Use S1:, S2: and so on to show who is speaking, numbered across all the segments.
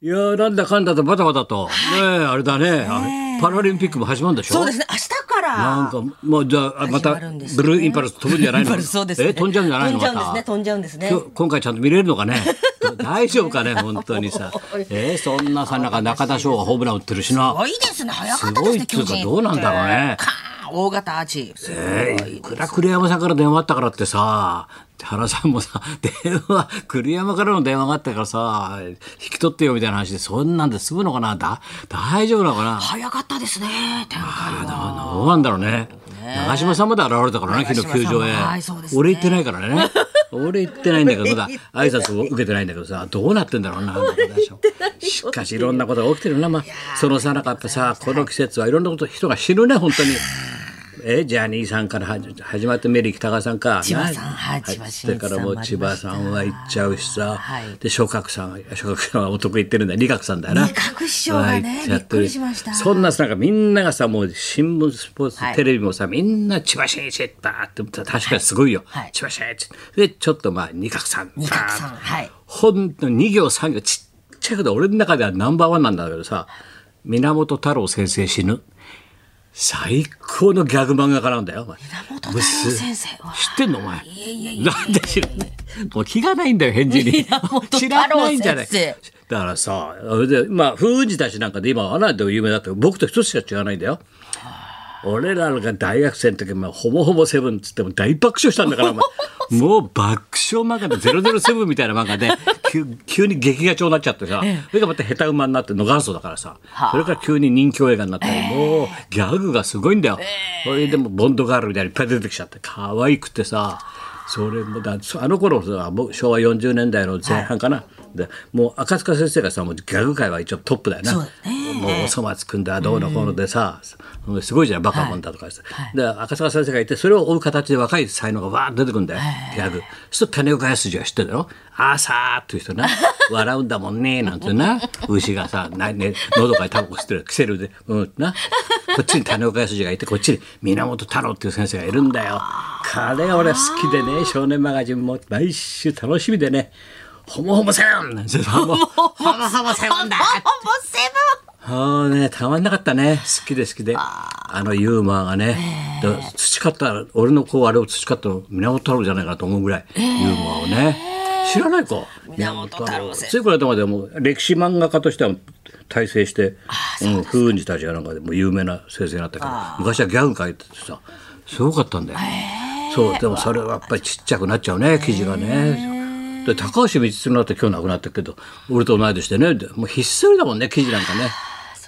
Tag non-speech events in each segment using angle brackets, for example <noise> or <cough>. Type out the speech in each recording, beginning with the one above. S1: いやーなんだかんだとバタバタと、ねえあれだねあパラリンピックも始まるんでしょ
S2: そうですね、明日から。
S1: なんかもうじゃあまた
S2: 始まるんですね
S1: ブルーインパルス飛ぶんじゃないの
S2: インパルス <laughs> そうですね
S1: え飛んじゃうんじゃないの
S2: 飛ん
S1: ま
S2: じゃうんですね
S1: た
S2: 飛んじゃうんですね
S1: 今日今回ちゃんと見れるの
S2: <laughs>
S1: かね大丈夫かね本当にさえーそんなさなか中田翔がホームラン打ってるしな
S2: すごいですね、早かったで
S1: す
S2: す
S1: ごい
S2: ね、
S1: っていう
S2: 巨
S1: か
S2: 人。
S1: どうなんだろうね
S2: カーン大型アーチ。
S1: えーいくら栗山さんから電話あったからってさ原さんもさ電話栗山からの電話があったからさ引き取ってよみたいな話でそんなんで済むのかなだ大丈夫なのかな
S2: 早かったですね、展開が。
S1: どうなんだろうね。長嶋さんまで現れたからね、昨日
S2: 長
S1: 球
S2: 嶋さんも
S1: 場へ
S2: はいそうで。すね
S1: 俺行ってないから
S2: <laughs>
S1: ね。俺行ってないんだけど、まだ挨拶を受けてないんだけどさ、どうなってんだろ
S2: <laughs>
S1: うな、なんか私もしかしいろんなことが起きてるな、まあ、そのさなかやっぱさ、この季節はいろんなこと、人が死ぬね、本当に。えジャニーさんからはじ始まってメリー北川さんか
S2: 千葉さん
S1: な
S2: はい千葉
S1: それからもう千
S2: 真一さんもあり
S1: 葉さんは行
S2: ました
S1: っちゃうしさ、
S2: はい
S1: で松鶴さん松鶴さんはお得意言ってるんだよ理学さんだよな
S2: 仁鶴師匠がね
S1: はいや
S2: びっくりしました
S1: そんなさなんかみんながさもう新聞スポーツ、
S2: はい
S1: テレビもさみんな千葉真一バーって確かにすごいよ、
S2: はい
S1: 千葉真一でちょっとまあ二角さん
S2: 二角さ
S1: バー
S2: ん
S1: ッと
S2: はい
S1: ほんの2行3行ちっちゃいけど俺の中ではナンバーワンなんだけどさ源太郎先生死ぬ最高のギャグ漫画家なんだよお前
S2: 源太郎先生は。
S1: 知ってんのお前
S2: いやいやいや
S1: なんで知らないもう気がないんだよ返事に
S2: 源
S1: 知らないんじゃない
S2: 太郎先
S1: だからさそれでまあ風雲児たちなんかで今あなた有名だって僕と一つしか違わないんだよ俺らが大学生の時、まあ、ほぼほぼセブンっつっても大爆笑したんだから、お前 <laughs> もう爆笑漫画で007みたいな漫画で <laughs> 急急に劇画調になっちゃってさ、それがまた下手馬になっての元祖だからさ、それから急に人気映画になったり、もうギャグがすごいんだよ。それでもうボンドガールみたいにいっぱい出てきちゃって可愛くてさ。それもだあの頃さもう昭和40年代の前半かな、でもう赤塚先生がさもうギャグ界は一応トップだよな
S2: そうだね
S1: もうおそ松くんだどうのこうのでさ、すごいじゃんバカもんだとかさ、で赤坂先生がいてそれを追う形で若い才能がわーっと出てくるんだよ、ギャグそうすると種岡康二は知ってるだろ「あーさー」っていう人な「笑うんだもんね」なんてな牛がさな、ね、喉からタバコ吸ってるキセルでうんなこっちに種岡康二がいてこっちに源太郎っていう先生がいるんだよ彼が俺好きでね少年マガジンも毎週楽しみでねホモホモセブンなんてホモホモホモセブンだ
S2: あもうセ
S1: ああね、たまんなかったね。好きで好きで。あのユーモアがね。だから培った、俺のこう、あれを培ったの、源太郎じゃないかなと思うぐらい、ユーモアをね。知らないか。
S2: 源太郎先生
S1: ついこの間までもう歴史漫画家としては大成して、うん、風雲児たちがなんかでもう有名な先生になったけど、昔はギャグ書いててさ、すごかったんだよ。そう、でもそれはやっぱりちっちゃくなっちゃうね、記事がね。で高橋光弘なんて今日亡くなったけど俺と同い年でねでもうひっそりだもんね記事なんかね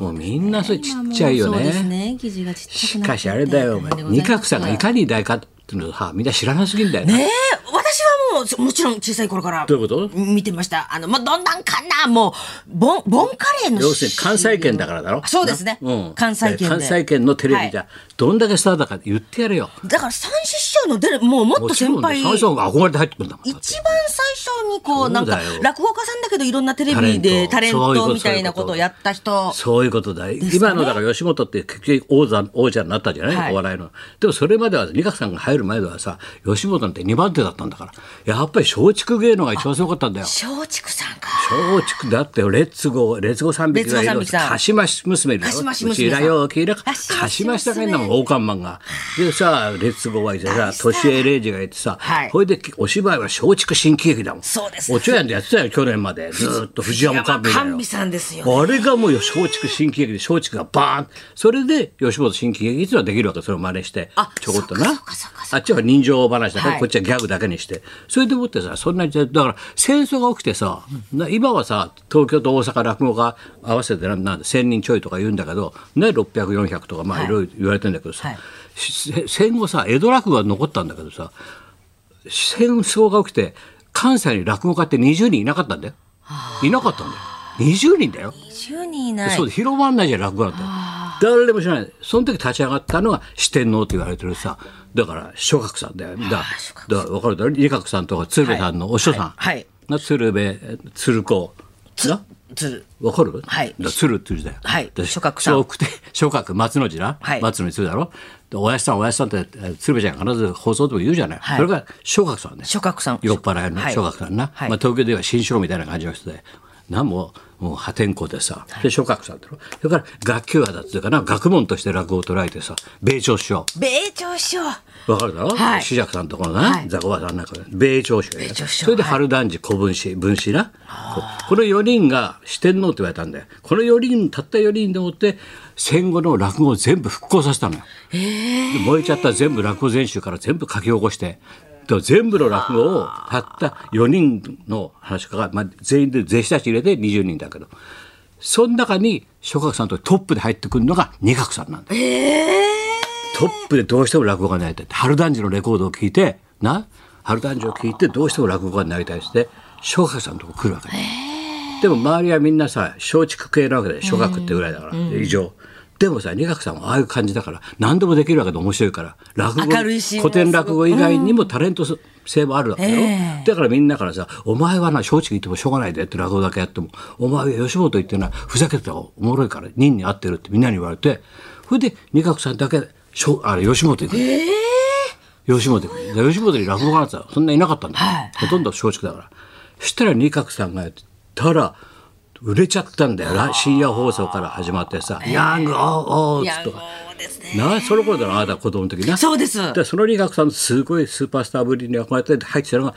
S1: もうみんなそれちっちゃいよ
S2: そうです
S1: ね
S2: ね、記事がちっちゃ
S1: し
S2: くな
S1: か
S2: っ
S1: してあれだよお
S2: み
S1: 前
S2: たいな
S1: 二角さんがい
S2: ね
S1: かに偉大かっていうのはみんな知らなすぎんだよね
S2: え、私はもう、もちろん小さい頃から。
S1: どういうこと
S2: 見てました。あの、まあ、どんなんかな、もう、ボン、ボンカレーの。
S1: 要するに関西圏だからだろ
S2: そうですね
S1: うん、
S2: 関西圏で
S1: 関西圏のテレビじゃどんだけスターだか言ってやれよ
S2: だから三枝師匠の出るもうもっと先輩
S1: もちろんね最初は憧れて入ってくるんだもんだって
S2: 一番最初にこ
S1: そううだ
S2: な
S1: よ
S2: んか落語家さんだけどいろんなテレビでタ
S1: タ
S2: レ
S1: レ
S2: ン
S1: ントそういうこと
S2: トみたいなことをやった人
S1: そういうことだよ、
S2: すね
S1: 今のだから吉本って結局王座王者になったじゃない、
S2: はい
S1: お笑いのでもそれまでは仁鶴さんが入る前ではさ吉本なんて2番手だったんだからやっぱり松竹芸能が一番すごかったんだよ
S2: 松竹さんか
S1: 松竹だってよレッツゴーレッツゴー三匹がい
S2: レッツ
S1: る
S2: ゴー三匹さん
S1: かしまし娘いるだろ
S2: かしまし
S1: うち
S2: 娘さん
S1: らよきらか
S2: かしまし娘
S1: しましたかいんだもん王冠マンがでさレッツゴーはいてさ
S2: 大スター
S1: 年江礼二がいてさ
S2: はい
S1: ほいでお芝居は松竹新喜劇だもん
S2: そうです
S1: おちょやんでやってたよ去年ま
S2: <laughs>
S1: でずーっと藤山寛美だ
S2: 神
S1: よ
S2: 美さんですよ
S1: あれがもう松竹新喜劇で松竹がバーンそれで吉本新喜劇っていうのはできるわけそれを真似して
S2: あ
S1: ちょこっとな
S2: そっかそっかそっか
S1: あっちは人情話だから、
S2: はい
S1: こっちはギャグだけにしてそれでもってさそんなにだから戦争が起きてさ、な今はさ東京と大阪落語が合わせてなんなん1,000人ちょいとか言うんだけど、ね、600400とかまあいろいろ言われてんだけどさ、
S2: はい
S1: し戦後さ江戸落語が残ったんだけどさ戦争が起きて関西に落語家って20人いなかったんだよ。いなかったんだよ。20人だよ。
S2: 20人いない
S1: そうで広まんないじゃん落語なんて誰も知らないその時立ち上がったのが四天王って言われてるさだから諸角さんだよだだから分かるだろ理角さんとか鶴瓶さんのお師匠さん、
S2: はいはい
S1: な鶴瓶鶴子な
S2: つる
S1: わかる
S2: はい
S1: だ鶴っていう字だよ。
S2: はい
S1: で
S2: 諸角さん
S1: 諸角って諸角、松の字な。
S2: はい
S1: 松の字だろ。で、おやじさん、おやじさんって、え鶴瓶ちゃんが必ず放送でも言うじゃない。
S2: はい
S1: それが諸角さんね。
S2: 諸角さん
S1: 酔っ払いの
S2: はい
S1: 諸角さんな。
S2: はい
S1: まあ、東京では新章みたいな感じの人で。なもうもう破天荒でさで諸角さんってのそれから学級派だっていうかな学問として落語を捉えてさ米朝首相
S2: 米朝首相
S1: わかるだろ、
S2: はい
S1: 紫尺さんとこのな、
S2: はい
S1: ザコバさんなんか米朝首
S2: 米
S1: 相
S2: 朝首相
S1: それで春団治古文子文子なここの4人が四天王って言われたんだよこの4人たった4人でもって戦後の落語を全部復興させたのよ、で燃えちゃった全部落語全集から全部書き起こしてで全部の落語をたった4人の話家が、まあ、全員で弟子たち入れて20人だけどその中に諸角さんとトップで入ってくるのが二角さんなんだよ
S2: ええ
S1: トップでどうしても落語家になりたいって春団治のレコードを聞いてな春団治を聞いてどうしても落語家になりたいっつって松鶴さんのとこ来るわけよでも周りはみんなさ松竹系なわけで諸学ってぐらいだから、以上でもさ二角さんはああいう感じだから何でもできるわけで面白いから落語
S2: 明るいし
S1: 古典落語以外にもタレント性もあるわけよ、
S2: え
S1: だからみんなからさ「お前はな松竹行ってもしょうがないで」って落語だけやっても「お前は吉本行ってなふざけてた方がおもろいから任に合ってる」ってみんなに言われてそれで仁鶴さんだけしょあれ吉本行くの、
S2: ええ
S1: 吉本君で吉本に落語家なんてそんないなかったんだよ、
S2: はい
S1: ほとんど松竹だからそしたら仁鶴さんがやったら売れちゃったんだよな深夜放送から始まってさ「ヤングおーおー」っつ
S2: や
S1: っ
S2: も
S1: と
S2: うですね
S1: なその頃だろあなた子供の時な
S2: そうです
S1: だからその理学さんのすごいスーパースターぶりに憧れて入ってたのが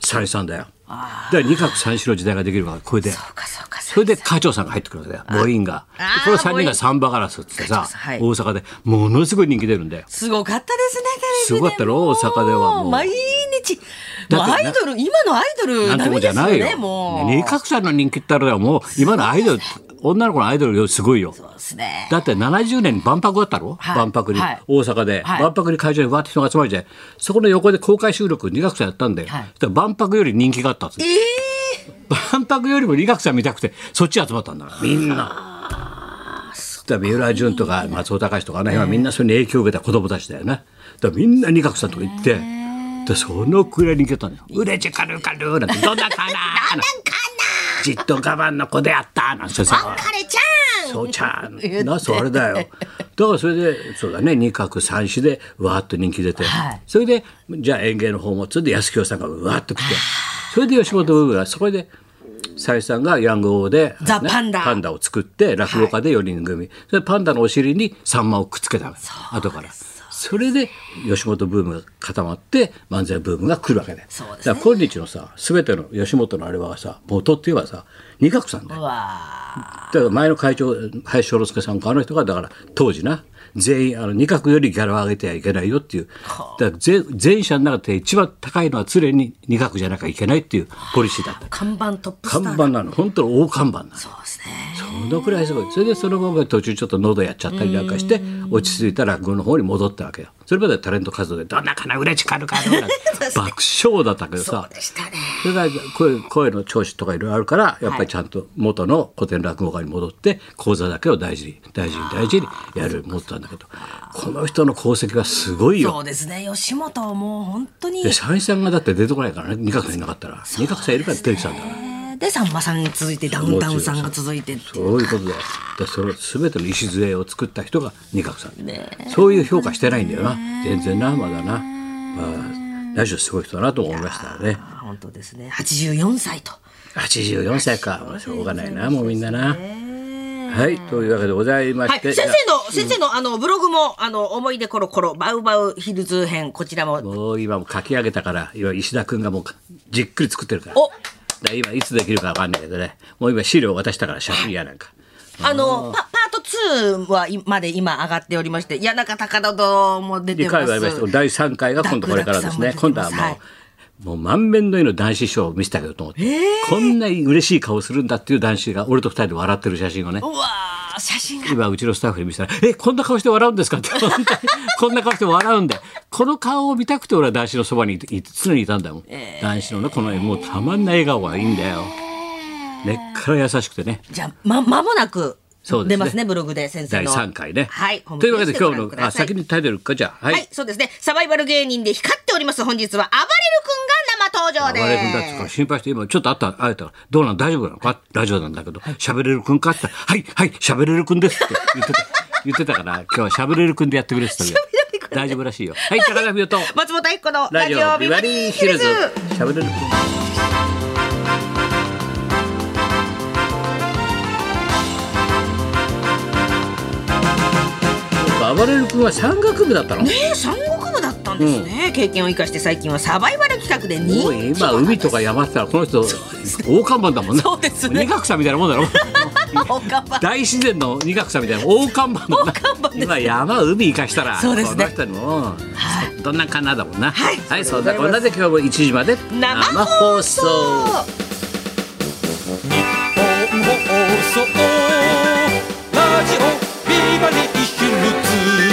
S1: 三枝さんだよだから二角三種の時代ができるからこれで
S2: そうかそうか
S1: それ
S2: うか
S1: で課長さんが入ってくるわけだよ母音が
S2: あー
S1: この3人
S2: 母
S1: が
S2: 音
S1: サンバガラスってさ
S2: 課長さんはい
S1: 大阪でものすごい人気出るんだよ
S2: すごかったですねテレビです
S1: ごかったろ大阪ではもう
S2: 毎日
S1: だ
S2: もう
S1: ってな
S2: アイドル今のアイドル
S1: なんて
S2: ダ
S1: ことじ
S2: メで
S1: ゃ
S2: すよ
S1: ないよ
S2: ねもう
S1: 二角さんの人気ってあれだよもう今のアイドル女の子のアイドルよりすごいよ
S2: そうですね
S1: だって70年に万博あったろ、
S2: はい
S1: 万博に、
S2: はい
S1: 大阪で、
S2: はい
S1: 万博に会場にわーって人が集まるじゃんそこの横で公開収録二学さんやったんで、
S2: はい
S1: そしたら万博より人気があったんですよ
S2: ええ
S1: 万博よりも二学さん見たくてそっち集まったんだからみんな。そしたら三浦淳とか松尾隆とかあの辺はみんなそれに影響を受けた子供たちだよね。だからみんな二学さんとか行って、でそのくらい人気だったんだよ。うれちかるかるなんてどんなかな <laughs> どんなかなじっと我慢の子であったなんてさ。
S2: 彼ちゃん
S1: そうちゃん
S2: 言って
S1: なそれだよだからそれでそうだね二角三子でわーっと人気出て、
S2: はい
S1: それでじゃあ園芸の方もそれで安清さんがうわーっと来てそれで吉本ブームがそこでさゆさんがヤング王で、
S2: ザパンダ
S1: パンダを作って落語家で4人組、それでパンダのお尻にサンマをくっつけたの後からそれで吉本ブームが固まって漫才ブームが来るわけで
S2: そうですね
S1: だから今日のさ全ての吉本のあれはさ元って言えばさ二角さんだよ
S2: うわ
S1: だから前の会長林正之介さんかあの人がだから当時な全員あの二角よりギャラを上げてはいけないよっていうだから全全社の中で一番高いのは常に二角じゃなきゃいけないっていうポリシーだった
S2: ー看板トップスタ
S1: 看
S2: ーだ
S1: 板なの本当に大看板なの
S2: そうですね
S1: そのくらいすごいそれでその後途中ちょっと喉やっちゃったりなんかして落ち着いたら落語の方に戻ったわけよそれまでタレント活動で「どんなかなうれちか
S2: <laughs>
S1: るかる」なんて爆笑だったけど
S2: そ
S1: さ
S2: うでしたね
S1: それから声声の調子とかいろいろあるからやっぱりちゃんと元の古典落語家に戻って講座だけを大事に大事に大事にやるように戻ったんだけどこの人の功績はすごいよ。
S2: そうですね吉本はもう本当に
S1: で三枝さんがだって出てこないからね二角さんいなかったら二角さんいるから出てきたんだから。
S2: でさんまさんが続いてダウンタウンさんが続いてっていう
S1: そういうことだよ。でその全ての礎を作った人が仁鶴さん、そういう評価してないんだよな全然なまだな、まあ、ラジオすごい人だなと思いましたね
S2: あー本当ですね84歳と
S1: 84歳かまあしょうがないなもうみんなな。
S2: ね
S1: はいというわけでございま
S2: はい、
S1: して、
S2: 先
S1: じゃ
S2: 生
S1: あ
S2: の、先生の、あの、ブログも、あの、思い出コロコロ、バウバウヒルズ編、こちらも、
S1: もう今も書き上げたから今石田君がもうじっくり作ってるから
S2: お
S1: だから今いつできるかわかんないけどねもう今資料渡したから借金やなんか。
S2: あの、パパート2はいまで今上がっておりまして、谷中高田堂も出て
S1: 理
S2: ま
S1: 回
S2: す。
S1: はありましたけど第3回が今度これからですね今度はもう、もう満面の笑みの男子ショーを見せてあげようと思って、こんなに嬉しい顔するんだっていう男子が俺と二人で笑ってる写真をね
S2: うわー写真が。
S1: 今うちのスタッフに見せたら「えこんな顔して笑うんですか?」って <laughs> 本当にこんな顔して笑うんでこの顔を見たくて俺は男子のそばにいい常にいたんだもん、男子のねこのもうたまんない笑顔がいいんだよ根っから優しくてね
S2: じゃあ、ま、間もなく、
S1: そうですね
S2: 出ますね、ブログで、先生
S1: 第
S2: の。
S1: 3回ね、
S2: はい、
S1: というわけで今日
S2: ホームページご覧く
S1: のあ
S2: ださい
S1: 先にタイトルかじゃあ
S2: はい、そうですね。サバイバル芸人で光っております。本日は、暴れる君が生登場
S1: 暴
S2: です。
S1: れる君だってから心配して今ちょっとあった会えたから「どうなん大丈夫なのか?」ラジオなんだけど「喋れる君か?」って言ったら「はいはい喋れる君です」って言ってた言ってたから今日は喋れる君でやってくれって言ったんで大丈夫らしいよはい高田美代と
S2: 松本明子の
S1: ラ
S2: ラ
S1: ジ
S2: ジ
S1: オ
S2: オ
S1: ビ
S2: ビ
S1: バ
S2: バ
S1: リ
S2: リ
S1: ー
S2: ー
S1: ヒ
S2: ヒ
S1: ル
S2: ル
S1: ズ
S2: ズ。
S1: 喋れる君あばれる君は山岳部だったの、
S2: ねえ三国部だったんですね、経験を生かして最近はサバイバル企画で人
S1: もう
S2: 気
S1: 今海とか山って言ったらこの人大看板だもんね
S2: そうですね
S1: 二角さんみたいなもん
S2: <laughs>
S1: だろ
S2: おかば
S1: 大自然の二角さみたいな大看板のな今山海生かしたら
S2: そうですね
S1: この人のどんなかなだもんな
S2: はい
S1: はい、そんなこんなで今日も1時まで
S2: 生放送
S3: 日本放送ラジオビバリーヒルズ」